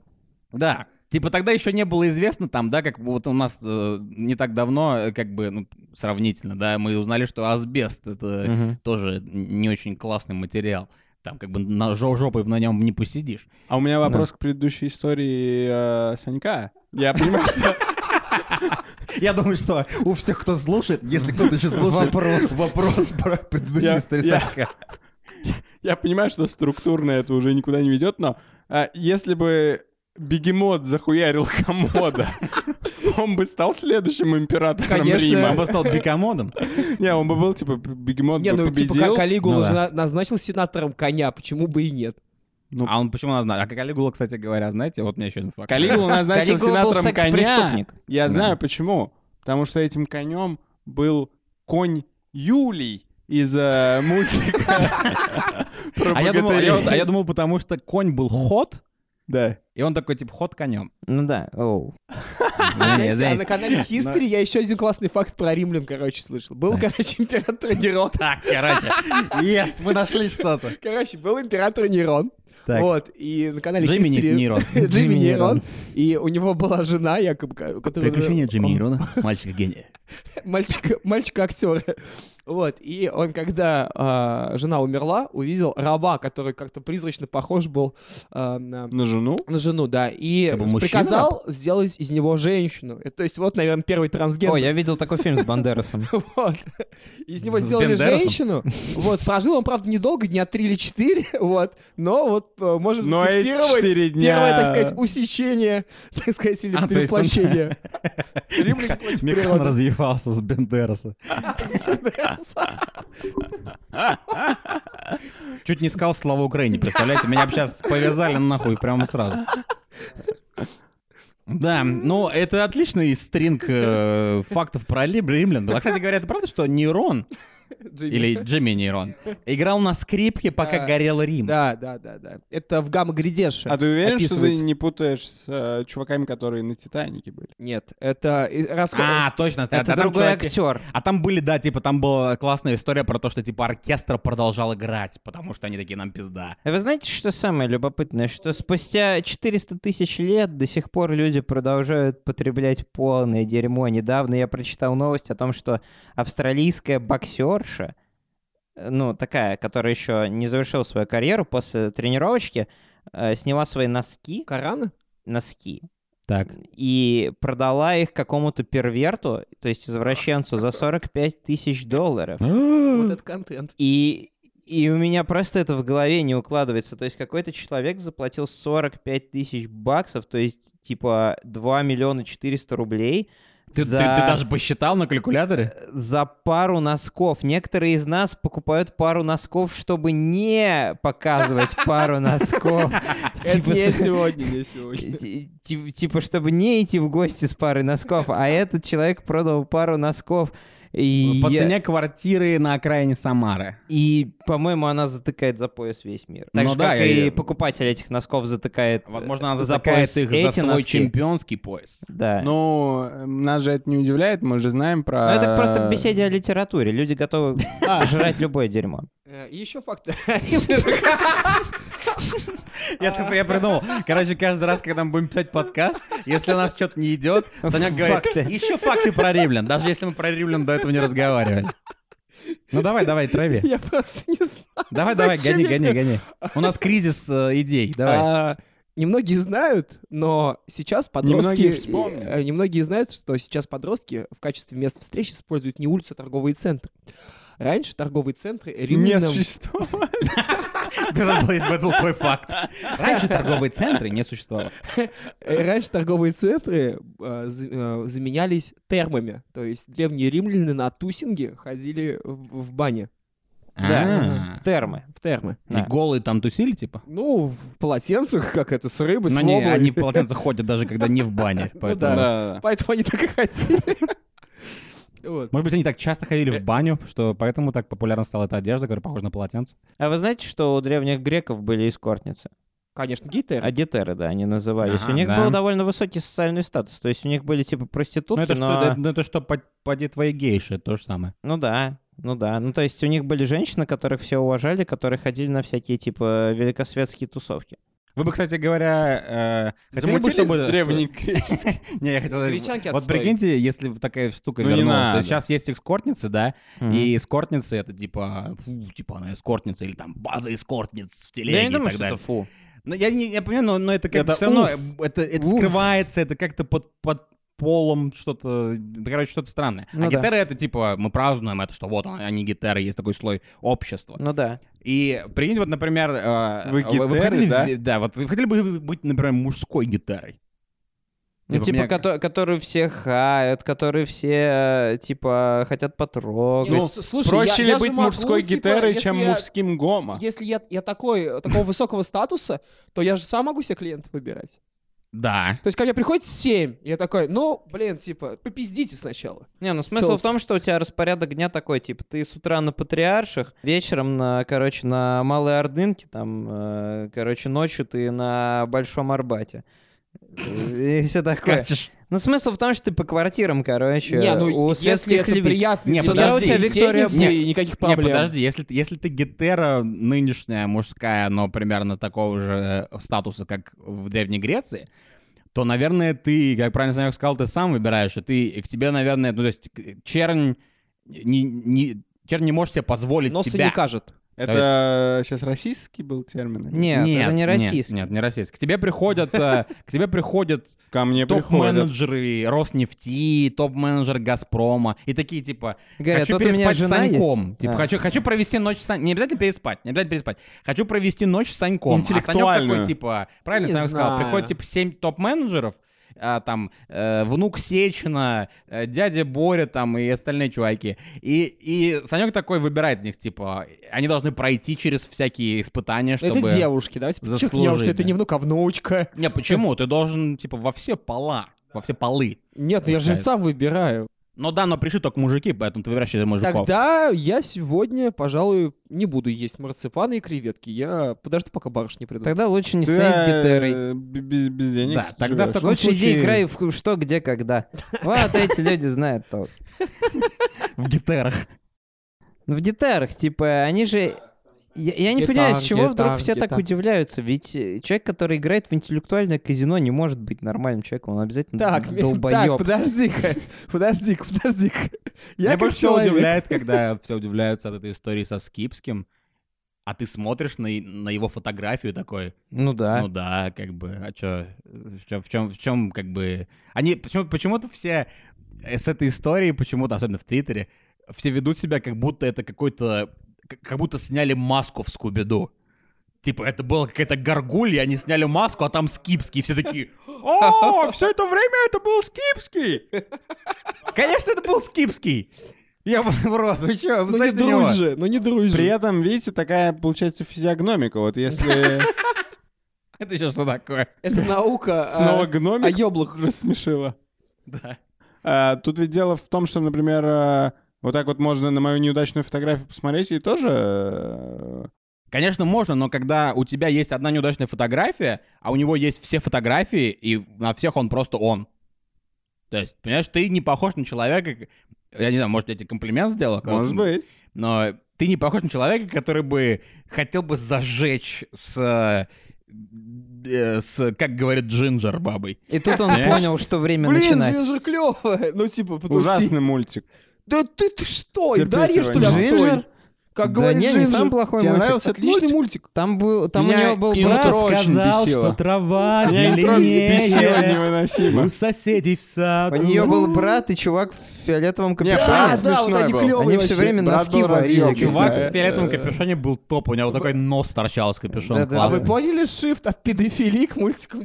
[SPEAKER 2] Да. Типа тогда еще не было известно там, да, как вот у нас э, не так давно, э, как бы, ну, сравнительно, да, мы узнали, что асбест — это
[SPEAKER 3] Мгм.
[SPEAKER 2] тоже не очень классный материал. Там как бы на жо- жопой на нем не посидишь.
[SPEAKER 4] А у меня вопрос к предыдущей истории э, Санька. Я понимаю, что
[SPEAKER 2] Я думаю, что у всех, кто слушает, если кто-то <laughs> еще слушает, вопрос, вопрос про
[SPEAKER 4] Я-
[SPEAKER 2] предыдущий стрисака.
[SPEAKER 4] Я понимаю, что структурно это уже никуда не ведет, но а, если бы бегемот захуярил <laughs> комода, он бы стал следующим императором
[SPEAKER 5] Конечно.
[SPEAKER 2] Я
[SPEAKER 4] Рима.
[SPEAKER 2] бы стал бикомодом.
[SPEAKER 4] Не, он бы был, типа, бегемот
[SPEAKER 5] Не,
[SPEAKER 4] бы
[SPEAKER 5] ну типа
[SPEAKER 4] победил.
[SPEAKER 5] как Калигула
[SPEAKER 2] Ну
[SPEAKER 5] уже
[SPEAKER 2] да.
[SPEAKER 5] на- назначил сенатором коня, почему бы и нет?
[SPEAKER 2] А он почему нас знает? А Калигула, кстати говоря, знаете, вот мне еще один факт.
[SPEAKER 4] Калигула назначил
[SPEAKER 3] Калигула был
[SPEAKER 4] сенатором коня.
[SPEAKER 3] секс-преступник.
[SPEAKER 4] Я
[SPEAKER 2] Да.
[SPEAKER 4] знаю почему. Потому что этим конем был конь Юлий из э, мультика. про
[SPEAKER 2] А я, думал, а, я,
[SPEAKER 4] богатырей.
[SPEAKER 2] а я думал, потому что конь был ход,
[SPEAKER 4] Да.
[SPEAKER 2] и он такой, типа, ход конем.
[SPEAKER 3] Ну да, оу.
[SPEAKER 2] Извините,
[SPEAKER 5] Знаете, а
[SPEAKER 2] извините.
[SPEAKER 5] на канале History я еще один классный факт про римлян, короче, слышал. Был, короче, император Нерон.
[SPEAKER 2] Так, короче. Yes, мы нашли что-то.
[SPEAKER 5] Короче, был император Нерон.
[SPEAKER 2] Так.
[SPEAKER 5] Вот, и на канале
[SPEAKER 2] Джимми
[SPEAKER 5] History... <laughs>
[SPEAKER 2] Нейрон.
[SPEAKER 5] Джимми Нейрон. И у него была жена, якобы, ко- которая...
[SPEAKER 2] Приключения Джимми Нейрона, мальчик гения.
[SPEAKER 5] мальчика, <laughs> мальчика-актера. Вот, и он, когда а, жена умерла, увидел раба, который как-то призрачно похож был а, на,
[SPEAKER 4] На жену?
[SPEAKER 5] на жену, да, и
[SPEAKER 2] Это был мужчина,
[SPEAKER 5] приказал сделать из него женщину. Э, То есть вот, наверное, первый трансгендер.
[SPEAKER 3] Ой, я видел такой фильм с Бандерасом.
[SPEAKER 5] <laughs> Вот. Из него
[SPEAKER 2] С
[SPEAKER 5] сделали
[SPEAKER 2] Бендерасом?
[SPEAKER 5] женщину. Вот, прожил он, правда, недолго, дня три или четыре, <laughs> вот. Но вот э, можем
[SPEAKER 4] Но эти
[SPEAKER 5] зафиксировать
[SPEAKER 4] четыре дня-
[SPEAKER 5] первое, так сказать, усечение, <laughs> так сказать, или
[SPEAKER 2] А, то есть он- <laughs>
[SPEAKER 5] перевоплощение. Римляне против
[SPEAKER 2] Микрофон
[SPEAKER 5] природы.
[SPEAKER 2] развивался с Бендераса. Чуть не сказал слова Украине, представляете? Меня бы сейчас повязали нахуй прямо сразу. Да, ну это отличный стринг э, фактов про либ- римлян. был. А, кстати говоря, это правда, что Нейрон,
[SPEAKER 5] Джимми.
[SPEAKER 2] или Джимми Нейрон, играл на скрипке, пока
[SPEAKER 3] А,
[SPEAKER 5] Да.
[SPEAKER 2] горел Рим.
[SPEAKER 5] Да, да, да, да. Это в гамма гридеше
[SPEAKER 4] А ты уверен, что ты
[SPEAKER 5] описывается.
[SPEAKER 4] не путаешь с э, чуваками, которые на Титанике были?
[SPEAKER 5] Нет, это и- расход.
[SPEAKER 2] А, точно. а- а
[SPEAKER 3] Это
[SPEAKER 2] там
[SPEAKER 3] другой
[SPEAKER 2] чуваки-
[SPEAKER 3] актер.
[SPEAKER 2] А там были, да, типа, там была классная история про то, что, типа, оркестр продолжал играть, потому что они такие, нам пизда.
[SPEAKER 3] А Вы знаете, что самое любопытное? Что спустя 400 тысяч лет до сих пор люди продолжают потреблять полное дерьмо. Недавно я прочитал новость о том, что австралийская боксерша, э, ну, такая, которая еще не завершила свою карьеру после тренировочки, э, сняла свои носки,
[SPEAKER 5] Корана?
[SPEAKER 3] носки
[SPEAKER 2] Так.
[SPEAKER 3] и продала их какому-то перверту, то есть извращенцу, за 45 тысяч долларов.
[SPEAKER 5] Вот это контент.
[SPEAKER 3] И, и у меня просто это в голове не укладывается. То есть какой-то человек заплатил 45 тысяч баксов, то есть типа 2 миллиона 400 рублей
[SPEAKER 2] Ты,
[SPEAKER 3] за,
[SPEAKER 2] ты- ты даже посчитал на калькуляторе?
[SPEAKER 3] за пару носков. Некоторые из нас покупают пару носков, чтобы не показывать пару
[SPEAKER 2] <laughs>
[SPEAKER 3] носков.
[SPEAKER 5] Это
[SPEAKER 3] Типа
[SPEAKER 5] не
[SPEAKER 3] с-
[SPEAKER 4] <laughs>
[SPEAKER 5] сегодня, не сегодня.
[SPEAKER 3] Ти- ти- Типа, чтобы не идти в гости с парой носков, а этот человек продал пару носков. И,
[SPEAKER 2] По
[SPEAKER 3] я-
[SPEAKER 2] цене квартиры на окраине Самары.
[SPEAKER 3] и, по-моему, она затыкает за пояс весь мир. Так
[SPEAKER 2] Ну
[SPEAKER 3] же,
[SPEAKER 2] да,
[SPEAKER 3] как
[SPEAKER 2] я-
[SPEAKER 3] и
[SPEAKER 2] я-
[SPEAKER 3] покупатель этих носков затыкает э,
[SPEAKER 2] Возможно, она
[SPEAKER 3] за
[SPEAKER 2] закопает
[SPEAKER 3] пояс
[SPEAKER 2] их за
[SPEAKER 3] эти
[SPEAKER 2] свой
[SPEAKER 3] носки.
[SPEAKER 2] чемпионский пояс.
[SPEAKER 3] Да. Но...
[SPEAKER 4] Ну, э, нас же это не удивляет, мы же знаем про...
[SPEAKER 3] Ну,
[SPEAKER 2] э,
[SPEAKER 3] это просто к беседе о литературе. Люди готовы
[SPEAKER 2] <laughs>
[SPEAKER 3] жрать любое дерьмо.
[SPEAKER 5] Э, И еще факт. <laughs>
[SPEAKER 2] Я, так- я придумал. Короче, каждый раз, когда мы будем писать подкаст, если у нас что-то не идет, Санек говорит,
[SPEAKER 3] Факты.
[SPEAKER 2] еще факты про римлян, даже если мы про римлян до этого не разговаривали. Ну давай, давай, трави.
[SPEAKER 5] Я просто не знаю.
[SPEAKER 2] Давай, давай,
[SPEAKER 5] Зачем
[SPEAKER 2] гони,
[SPEAKER 5] я
[SPEAKER 2] гони,
[SPEAKER 5] это-
[SPEAKER 2] гони. У нас кризис э, идей, давай.
[SPEAKER 5] А, Немногие знают, но сейчас подростки...
[SPEAKER 4] Немногие вспомнят.
[SPEAKER 5] э, Немногие знают, что сейчас подростки в качестве мест встреч используют не улицу, а торговые центры. Раньше торговые центры
[SPEAKER 4] Не
[SPEAKER 5] римлянам...
[SPEAKER 4] существовало.
[SPEAKER 2] Ты забыл, если бы это был твой факт. Раньше торговые центры не существовало.
[SPEAKER 5] Э, Раньше торговые центры э, за- э, заменялись термами. То есть древние римляне на тусинге ходили в в бане,
[SPEAKER 3] Да,
[SPEAKER 2] А.
[SPEAKER 3] в термы.
[SPEAKER 5] в термы.
[SPEAKER 2] И
[SPEAKER 3] Да.
[SPEAKER 2] голые там тусили, типа?
[SPEAKER 5] Ну, в полотенцах, как это, с рыбы, с
[SPEAKER 2] Но они,
[SPEAKER 5] вобой.
[SPEAKER 2] Ну, они в полотенце ходят, даже когда не в бане.
[SPEAKER 3] Ну
[SPEAKER 2] Поэтому...
[SPEAKER 5] да.
[SPEAKER 4] Да-да-да.
[SPEAKER 5] <laughs> Поэтому они так и ходили. <laughs> Вот.
[SPEAKER 2] Может быть, они так часто ходили
[SPEAKER 3] Э,
[SPEAKER 2] в баню, что поэтому так популярна стала эта одежда, которая похожа на полотенце.
[SPEAKER 3] А вы знаете, что у древних греков были искортницы?
[SPEAKER 5] Конечно, гейтеры.
[SPEAKER 3] Адитеры, да, они назывались.
[SPEAKER 2] Да,
[SPEAKER 3] у них
[SPEAKER 2] да.
[SPEAKER 3] был довольно высокий социальный статус. То есть у них были типа
[SPEAKER 2] Ну,
[SPEAKER 3] проститутки,
[SPEAKER 2] это,
[SPEAKER 3] но...
[SPEAKER 2] что, это, ну, это что, по- поди твои гейши, то же самое.
[SPEAKER 3] Ну да, ну да. Ну то есть у них были женщины, которых все уважали, которые ходили на всякие типа великосветские тусовки.
[SPEAKER 2] Вы бы, кстати говоря, э, хотели бы,
[SPEAKER 4] Замутились
[SPEAKER 2] чтобы...
[SPEAKER 4] древний
[SPEAKER 2] что- <laughs> Не, я хотел...
[SPEAKER 5] Гречанки
[SPEAKER 2] Вот
[SPEAKER 5] отстой.
[SPEAKER 2] прикиньте, если бы такая штука
[SPEAKER 4] Ну, не
[SPEAKER 2] вернулась. То
[SPEAKER 4] надо.
[SPEAKER 2] есть сейчас есть экскортницы, да,
[SPEAKER 3] Мгм.
[SPEAKER 2] и эскортницы — это типа, фу, типа она эскортница, или там база эскортниц в телеге
[SPEAKER 3] Я не
[SPEAKER 2] и
[SPEAKER 3] думаю,
[SPEAKER 2] так
[SPEAKER 3] что
[SPEAKER 2] далее.
[SPEAKER 3] это фу.
[SPEAKER 2] Ну, я, не, я понимаю, но, но это как-то
[SPEAKER 4] Это
[SPEAKER 2] все равно,
[SPEAKER 4] уф.
[SPEAKER 2] это, это
[SPEAKER 4] Уф.
[SPEAKER 2] скрывается, это как-то под, под, полом что-то, да, короче, что-то странное.
[SPEAKER 3] Ну
[SPEAKER 2] а
[SPEAKER 3] да.
[SPEAKER 2] гетеры это типа, мы празднуем это, что вот они гетеры, есть такой слой общества.
[SPEAKER 3] Ну да.
[SPEAKER 2] Типа И прикиньте, вот, например... э,
[SPEAKER 4] Вы гетеры,
[SPEAKER 2] бы хотели,
[SPEAKER 4] да?
[SPEAKER 2] в- вот вы хотели бы быть, например, мужской гитарой?
[SPEAKER 3] Ну,
[SPEAKER 2] Типа,
[SPEAKER 3] типа,
[SPEAKER 2] меня-
[SPEAKER 3] кото- которые все хают, которые все, э, типа, хотят потрогать.
[SPEAKER 5] Ну, с- слушай,
[SPEAKER 4] Проще
[SPEAKER 5] я-
[SPEAKER 4] ли
[SPEAKER 5] я же
[SPEAKER 4] быть
[SPEAKER 5] могу,
[SPEAKER 4] мужской
[SPEAKER 5] типа,
[SPEAKER 4] гитарой,
[SPEAKER 5] если
[SPEAKER 4] чем
[SPEAKER 5] я-
[SPEAKER 4] мужским гомо?
[SPEAKER 5] Если я, я такой, такого высокого статуса, то я же сам могу себе клиентов выбирать.
[SPEAKER 2] Да.
[SPEAKER 5] То есть ко мне приходит 7, я такой, ну, блин, типа, попиздите сначала.
[SPEAKER 3] Не, ну смысл
[SPEAKER 5] целом-
[SPEAKER 3] в том, что у тебя распорядок дня такой, типа, ты с утра на Патриарших, вечером, на, короче, на Малой Ордынке, там, э, короче, ночью ты на Большом Арбате. И все такое.
[SPEAKER 2] Скачешь.
[SPEAKER 3] Ну, смысл в том, что ты по квартирам, короче,
[SPEAKER 5] не, ну,
[SPEAKER 3] у
[SPEAKER 5] если
[SPEAKER 3] светских
[SPEAKER 5] это
[SPEAKER 3] львиц.
[SPEAKER 5] приятно,
[SPEAKER 2] Не,
[SPEAKER 5] для
[SPEAKER 2] подожди,
[SPEAKER 5] всей
[SPEAKER 3] у тебя Виктория-
[SPEAKER 5] сетницы,
[SPEAKER 2] Не,
[SPEAKER 5] и никаких
[SPEAKER 2] Не,
[SPEAKER 5] проблем.
[SPEAKER 2] подожди, если, ты- если ты гетера нынешняя мужская, но примерно такого же э, статуса, как в Древней Греции, то, наверное, ты, как правильно Санек сказал, ты сам выбираешь, и ты и к тебе, наверное, ну, то есть к- чернь не, не- чернь не может себе позволить
[SPEAKER 5] Носа
[SPEAKER 2] тебя.
[SPEAKER 5] не кажет.
[SPEAKER 4] Это сейчас российский был термин?
[SPEAKER 3] Нет, это не российский.
[SPEAKER 2] Нет, не российский. К тебе приходят, э, к тебе приходят
[SPEAKER 4] Ко мне приходят.
[SPEAKER 2] топ-менеджеры Роснефти, топ-менеджер Газпрома и такие типа
[SPEAKER 3] Говорят,
[SPEAKER 2] хочу
[SPEAKER 3] вот у меня
[SPEAKER 2] переспать с
[SPEAKER 3] жена есть.
[SPEAKER 2] Саньком. Типа,
[SPEAKER 3] А.
[SPEAKER 2] хочу, хочу провести ночь с Саньком. Не обязательно переспать, не обязательно переспать. Хочу провести ночь с Саньком. А Санек
[SPEAKER 4] Интеллектуальную.
[SPEAKER 2] такой, типа, правильно
[SPEAKER 5] Не
[SPEAKER 2] Санек сказал,
[SPEAKER 5] знаю.
[SPEAKER 2] приходит, типа, семь топ-менеджеров, а, там, э, внук Сечина, э, дядя Боря, там, и остальные чуваки. И, и Санек такой выбирает из них, типа, они должны пройти через всякие испытания, чтобы...
[SPEAKER 5] Это девушки, давайте подчеркнем,
[SPEAKER 2] заслужить,
[SPEAKER 5] что это
[SPEAKER 2] да.
[SPEAKER 5] не внук, а внучка.
[SPEAKER 2] Не, почему? Ты должен, типа, во все пола, во все полы.
[SPEAKER 5] Нет, ну я же
[SPEAKER 2] Пускай.
[SPEAKER 5] сам выбираю.
[SPEAKER 2] Ну да, но пришли только мужики, поэтому ты выбираешь из мужиков.
[SPEAKER 5] Тогда я сегодня, пожалуй, не буду есть марципаны и креветки. Я подожду, пока барышни придут.
[SPEAKER 3] Тогда лучше не
[SPEAKER 4] Ты,
[SPEAKER 3] стоять с гитарой.
[SPEAKER 4] э, б- без, без денег
[SPEAKER 2] Да, тогда в
[SPEAKER 4] живёшь.
[SPEAKER 2] таком
[SPEAKER 3] Лучше иди
[SPEAKER 2] случае-
[SPEAKER 3] играй в что, где, когда. Вот эти люди знают толк.
[SPEAKER 2] <laughs> В гитарах.
[SPEAKER 3] Ну, в гитарах, типа, они же... Я, я не понимаю, с
[SPEAKER 5] Гитар,
[SPEAKER 3] чего
[SPEAKER 5] гитар,
[SPEAKER 3] вдруг все так
[SPEAKER 5] гитар.
[SPEAKER 3] удивляются, ведь э, человек, который играет в интеллектуальное казино, не может быть нормальным человеком, он обязательно
[SPEAKER 5] <laughs> Так, так,
[SPEAKER 3] долбоеб.
[SPEAKER 5] подожди-ка, <laughs> подожди-ка, подожди-ка.
[SPEAKER 2] Меня
[SPEAKER 5] Я как
[SPEAKER 2] больше всего
[SPEAKER 5] человек- <laughs>
[SPEAKER 2] удивляет, когда все удивляются от этой истории со Скипским, а ты смотришь на, и- на его фотографию такой,
[SPEAKER 3] Ну да.
[SPEAKER 2] ну да, как бы, а чё, в чем, в чем, в чем, как бы... Они почему, почему-то все э, с этой историей, почему-то, особенно в Твиттере, все ведут себя, как будто это какой-то... Как как будто сняли маску в Скуби-Ду. Типа, это была какая-то горгулья, они сняли маску, а там Скипский. Все такие, о, все это время это был Скипский. Конечно, это был Скипский. Я бы в рот, вы чё, вы
[SPEAKER 5] Ну не
[SPEAKER 2] знаете него?
[SPEAKER 5] дружи, же, ну не дружи.
[SPEAKER 4] При этом, видите, такая получается физиогномика. Вот если
[SPEAKER 2] Это еще что такое? <laughs>
[SPEAKER 5] Это наука. а,
[SPEAKER 4] снова
[SPEAKER 5] О
[SPEAKER 4] гномик
[SPEAKER 5] ёблах.
[SPEAKER 4] рассмешила.
[SPEAKER 2] Да.
[SPEAKER 4] А, Тут ведь дело в том, что, например, э, вот так вот можно на мою неудачную фотографию посмотреть и тоже... э,
[SPEAKER 2] а
[SPEAKER 4] Может
[SPEAKER 2] быть.
[SPEAKER 4] быть.
[SPEAKER 2] но ты не похож на человека, который бы хотел бы зажечь с, э, с как говорит Джинджер, бабой.
[SPEAKER 3] И
[SPEAKER 2] <laughs>
[SPEAKER 3] тут он
[SPEAKER 2] Понимаешь?
[SPEAKER 3] понял, что время
[SPEAKER 5] Блин,
[SPEAKER 3] начинать.
[SPEAKER 5] Джинджер клёвая. Ну типа, потому что...
[SPEAKER 4] Ужасный мультик.
[SPEAKER 5] Да ты, ты что, и
[SPEAKER 4] Терпеть
[SPEAKER 5] Дарья,
[SPEAKER 4] его
[SPEAKER 5] что ли,
[SPEAKER 4] не
[SPEAKER 5] отстой?
[SPEAKER 3] могу. Джинджер?
[SPEAKER 5] Как
[SPEAKER 3] Да
[SPEAKER 5] говорит
[SPEAKER 3] не, не
[SPEAKER 5] Джинджер.
[SPEAKER 3] самый плохой
[SPEAKER 5] Тебе
[SPEAKER 3] мультик.
[SPEAKER 5] нравился отличный мультик?
[SPEAKER 3] Там, был, там у него был
[SPEAKER 4] интро
[SPEAKER 3] брат,
[SPEAKER 4] очень бесило.
[SPEAKER 2] трава
[SPEAKER 4] Меня интро бесило невыносимо.
[SPEAKER 2] соседей в
[SPEAKER 3] у
[SPEAKER 2] саду.
[SPEAKER 3] нее был брат и чувак в фиолетовом
[SPEAKER 5] брат
[SPEAKER 3] капюшоне.
[SPEAKER 5] да, вот они клёвые
[SPEAKER 3] Они всё время носки варили.
[SPEAKER 2] <laughs> Чувак
[SPEAKER 3] Да,
[SPEAKER 2] в фиолетовом капюшоне был топ, у него такой нос торчал с капюшоном.
[SPEAKER 3] Да-да.
[SPEAKER 5] А вы
[SPEAKER 2] классный.
[SPEAKER 5] поняли шифт от педофилии к мультикам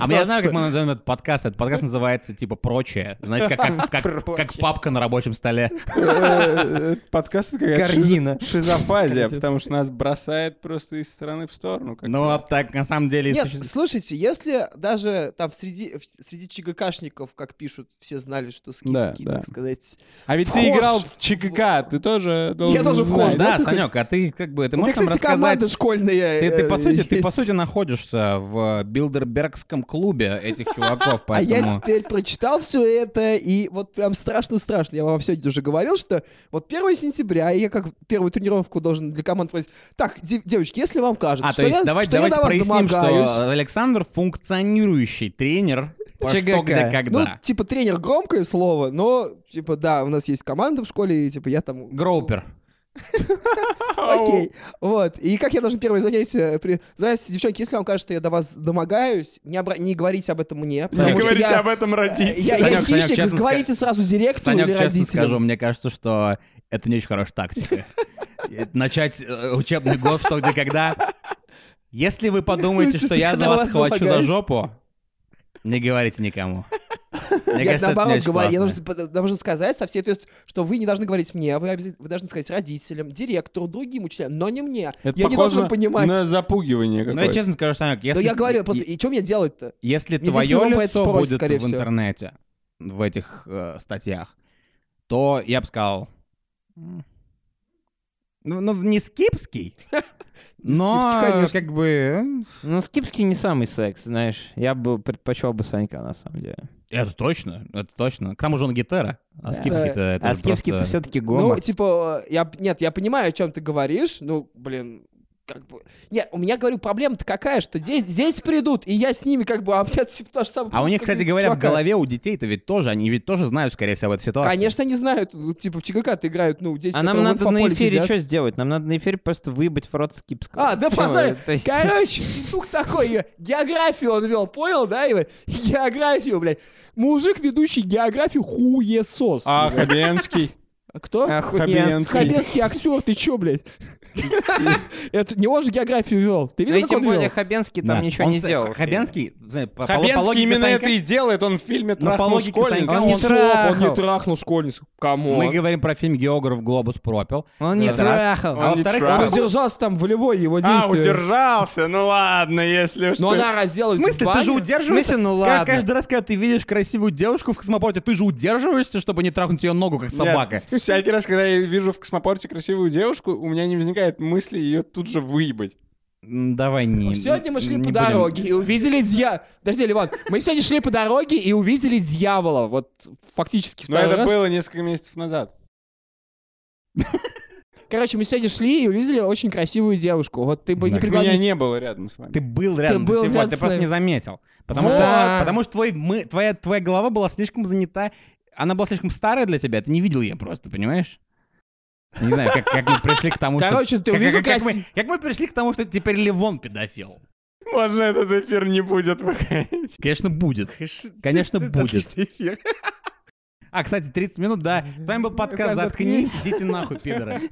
[SPEAKER 2] А я знаю,
[SPEAKER 5] просто?
[SPEAKER 2] как мы назовем этот подкаст. Этот подкаст называется типа прочее. Знаете, как, как,
[SPEAKER 5] <laughs>
[SPEAKER 2] как, как папка на рабочем столе.
[SPEAKER 4] Э, э, Подкаст это какая-то шизо-
[SPEAKER 3] Корзина.
[SPEAKER 4] шизофазия, потому что нас бросает просто из стороны в сторону. как
[SPEAKER 2] Ну вот так на самом деле и
[SPEAKER 5] Нет,
[SPEAKER 2] существует.
[SPEAKER 5] слушайте, если даже там среди, в- среди ЧГКшников, как пишут, все знали, что скипский,
[SPEAKER 4] Да, да.
[SPEAKER 5] так сказать.
[SPEAKER 4] А ведь ты
[SPEAKER 5] Вхож.
[SPEAKER 4] играл в ЧКК, ты тоже должен
[SPEAKER 5] Я тоже
[SPEAKER 4] знать.
[SPEAKER 5] вхож,
[SPEAKER 2] Да,
[SPEAKER 5] да, Ну, ты
[SPEAKER 2] Санек, а ты как бы ты
[SPEAKER 5] У меня,
[SPEAKER 2] можешь нам
[SPEAKER 5] кстати, команда
[SPEAKER 2] рассказать?
[SPEAKER 5] школьная.
[SPEAKER 2] Ты, ты, по
[SPEAKER 5] э,
[SPEAKER 2] сути, ты, по
[SPEAKER 5] есть.
[SPEAKER 2] сути, находишься в билдербергском клубе этих чуваков,
[SPEAKER 5] А я
[SPEAKER 2] поэтому...
[SPEAKER 5] теперь прочитал все это, и вот прям страшно-страшно. Я вам сегодня уже говорил, что вот 1 сентября, и я как в первую тренировку должен для команд пройти. Так, де- девочки, если вам кажется,
[SPEAKER 2] А,
[SPEAKER 5] что,
[SPEAKER 2] то есть
[SPEAKER 5] я,
[SPEAKER 2] давайте,
[SPEAKER 5] что я
[SPEAKER 2] давайте
[SPEAKER 5] до вас
[SPEAKER 2] проясним,
[SPEAKER 5] домогаюсь,
[SPEAKER 2] что Александр функционирующий тренер по что,
[SPEAKER 3] ЧГК.
[SPEAKER 2] где,
[SPEAKER 5] ну,
[SPEAKER 2] когда.
[SPEAKER 5] типа, тренер громкое слово, но, типа, да, у нас есть команда в школе, и, типа, я там...
[SPEAKER 2] Гроупер.
[SPEAKER 5] Окей. Вот. И как я должен первое занятие... при- Здравствуйте, девчонки, если вам кажется, что я до вас домогаюсь, не, обра- не говорите об этом мне.
[SPEAKER 4] Не
[SPEAKER 5] потому что
[SPEAKER 4] говорите
[SPEAKER 5] я-
[SPEAKER 4] об этом
[SPEAKER 5] Я,
[SPEAKER 4] родителям.
[SPEAKER 5] я
[SPEAKER 2] Санёк, Санёк,
[SPEAKER 5] хищник,
[SPEAKER 2] честно
[SPEAKER 5] говорите сразу директору
[SPEAKER 2] Санек,
[SPEAKER 5] или
[SPEAKER 2] честно
[SPEAKER 5] родителям.
[SPEAKER 2] скажу, мне кажется, что это не очень хорошая тактика. Э, Начать э, учебный год, что где когда. Если вы подумаете, что я за
[SPEAKER 5] Когда
[SPEAKER 2] вас
[SPEAKER 5] вас
[SPEAKER 2] схвачу за
[SPEAKER 5] домогаюсь.
[SPEAKER 2] жопу, не говорите никому. Мне
[SPEAKER 5] я
[SPEAKER 2] кажется, это не
[SPEAKER 5] наоборот
[SPEAKER 2] очень
[SPEAKER 5] говорю, я
[SPEAKER 2] классно.
[SPEAKER 5] должен, под- должен сказать со всей ответственностью, что вы не должны говорить мне, вы, обяз- вы должны сказать родителям, директору, другим учителям, но не мне. я не должен понимать.
[SPEAKER 4] на запугивание
[SPEAKER 2] Ну, я
[SPEAKER 4] какое-то.
[SPEAKER 2] честно скажу, Санек,
[SPEAKER 5] Но
[SPEAKER 2] если...
[SPEAKER 5] я говорю, просто, и что мне делать-то?
[SPEAKER 2] Если
[SPEAKER 5] Мне здесь
[SPEAKER 2] твое
[SPEAKER 5] по-любому поэт
[SPEAKER 2] лицо
[SPEAKER 5] спросит,
[SPEAKER 2] будет
[SPEAKER 5] скорее
[SPEAKER 2] в
[SPEAKER 5] всего.
[SPEAKER 2] интернете, в этих э, статьях, то я бы сказал... м, Ну, ну, не скипский,
[SPEAKER 5] <laughs> Не скипский,
[SPEAKER 2] но
[SPEAKER 5] конечно.
[SPEAKER 2] как бы...
[SPEAKER 3] Ну, скипский не самый секс, знаешь. Я бы предпочел бы Санька, на самом деле.
[SPEAKER 2] э, Это точно, это точно. К тому же он гитара, а
[SPEAKER 3] Да.
[SPEAKER 2] скипский-то это
[SPEAKER 3] а
[SPEAKER 2] же
[SPEAKER 3] скипский-то
[SPEAKER 2] просто-
[SPEAKER 3] все-таки
[SPEAKER 5] Ну,
[SPEAKER 3] гомор.
[SPEAKER 5] типа, я, нет, я понимаю, о чем ты говоришь, ну, блин, как бы... Нет, у меня, говорю, проблема-то какая, что де- здесь придут, и я с ними как бы... А, у меня, типа, та же самая
[SPEAKER 2] А у них,
[SPEAKER 5] проблема,
[SPEAKER 2] кстати
[SPEAKER 5] как
[SPEAKER 2] говоря, в
[SPEAKER 5] чувака.
[SPEAKER 2] голове у детей-то ведь тоже, они ведь тоже знают, скорее всего, об этой ситуации.
[SPEAKER 5] Конечно, не знают, ну, типа, в ЧГК-то играют, ну, дети,
[SPEAKER 3] а нам
[SPEAKER 5] которые в
[SPEAKER 3] надо на
[SPEAKER 5] инфополе
[SPEAKER 3] эфире
[SPEAKER 5] сидят.
[SPEAKER 3] что сделать? Нам надо на эфире просто выебать в рот скипского.
[SPEAKER 5] А, да
[SPEAKER 2] <laughs>
[SPEAKER 3] Чё,
[SPEAKER 5] поза-
[SPEAKER 3] то есть-
[SPEAKER 5] Короче, петух такой, э, географию он вел, понял, да, Ива? Географию, блядь. Мужик, ведущий географию, хуесос.
[SPEAKER 4] А
[SPEAKER 5] <laughs>
[SPEAKER 4] Хабенский?
[SPEAKER 5] Кто?
[SPEAKER 3] Охуенно.
[SPEAKER 4] Хабенский.
[SPEAKER 5] Хабенский актер, ты чё, блядь? Это не он же географию вел. Ты
[SPEAKER 3] Ну и
[SPEAKER 5] видел, как
[SPEAKER 3] тем
[SPEAKER 5] он
[SPEAKER 3] более
[SPEAKER 5] вел?
[SPEAKER 3] Хабенский
[SPEAKER 2] Да.
[SPEAKER 3] там ничего
[SPEAKER 2] Он
[SPEAKER 3] не
[SPEAKER 2] с-
[SPEAKER 3] сделал.
[SPEAKER 2] Хабенский, знаешь, по, по- по
[SPEAKER 4] Хабенский
[SPEAKER 2] логике
[SPEAKER 4] именно
[SPEAKER 2] Санька,
[SPEAKER 4] это и делает, он в
[SPEAKER 2] Но
[SPEAKER 4] фильме
[SPEAKER 2] по
[SPEAKER 4] трахнул
[SPEAKER 2] логике
[SPEAKER 4] школьника.
[SPEAKER 3] Санька он не
[SPEAKER 4] он-
[SPEAKER 3] трахнул.
[SPEAKER 5] А Он не
[SPEAKER 3] трахал.
[SPEAKER 5] трахнул школьницу.
[SPEAKER 2] Мы
[SPEAKER 5] Кому?
[SPEAKER 2] говорим про фильм «Географ Глобус пропил».
[SPEAKER 3] Он не
[SPEAKER 2] Это раз.
[SPEAKER 3] трахал.
[SPEAKER 2] А
[SPEAKER 4] Он не
[SPEAKER 2] во-вторых,
[SPEAKER 4] трахал.
[SPEAKER 5] Он удержался там волевой его
[SPEAKER 4] А,
[SPEAKER 5] действие.
[SPEAKER 4] удержался, ну ладно, если уж
[SPEAKER 5] Но
[SPEAKER 4] ты-
[SPEAKER 5] она
[SPEAKER 2] В
[SPEAKER 5] разделась в
[SPEAKER 2] смысле, ты же
[SPEAKER 5] бане.
[SPEAKER 3] В
[SPEAKER 2] удерживаешься?
[SPEAKER 3] смысле, ну
[SPEAKER 2] Ка-
[SPEAKER 3] ладно.
[SPEAKER 2] Каждый раз, когда ты видишь красивую девушку в космопорте, ты же удерживаешься, чтобы не трахнуть ее ногу, как
[SPEAKER 4] Нет,
[SPEAKER 2] собака.
[SPEAKER 4] всякий раз, когда я вижу в космопорте красивую девушку, у меня не возникает мысли ее тут же выебать.
[SPEAKER 2] М, Давай не...
[SPEAKER 5] Сегодня мы шли
[SPEAKER 2] не
[SPEAKER 5] по
[SPEAKER 2] будем.
[SPEAKER 5] дороге и увидели дьявола. Подожди, Ливан, мы сегодня шли по дороге и увидели дьявола. Вот фактически
[SPEAKER 4] Но
[SPEAKER 5] второй
[SPEAKER 4] Ну, это
[SPEAKER 5] раз.
[SPEAKER 4] было несколько месяцев назад.
[SPEAKER 5] Короче, мы сегодня шли и увидели очень красивую девушку. Вот ты бы
[SPEAKER 2] Да.
[SPEAKER 5] не
[SPEAKER 4] Меня
[SPEAKER 5] пригласил.
[SPEAKER 4] не было рядом с вами.
[SPEAKER 2] Ты был рядом до
[SPEAKER 5] был
[SPEAKER 2] сегодня,
[SPEAKER 5] рядом
[SPEAKER 2] ты
[SPEAKER 5] с
[SPEAKER 2] просто
[SPEAKER 5] нами.
[SPEAKER 2] не заметил. Потому что,
[SPEAKER 5] Вот.
[SPEAKER 2] потому что твой, мы, твоя, твоя голова была слишком занята, она была слишком старая для тебя, ты не видел ее просто, понимаешь? Не знаю, как, как мы пришли к тому, что...
[SPEAKER 5] Короче, ты
[SPEAKER 2] как-
[SPEAKER 5] увидел
[SPEAKER 2] как, как
[SPEAKER 5] краси-
[SPEAKER 2] мы, как мы пришли к тому, что теперь Левон педофил.
[SPEAKER 4] Можно этот эфир не будет выходить.
[SPEAKER 2] Конечно, будет. Конечно, будет.
[SPEAKER 4] Отличный эфир.
[SPEAKER 2] А, кстати, 30 минут, да. С вами был подкаст «Заткнись». Идите нахуй, пидоры.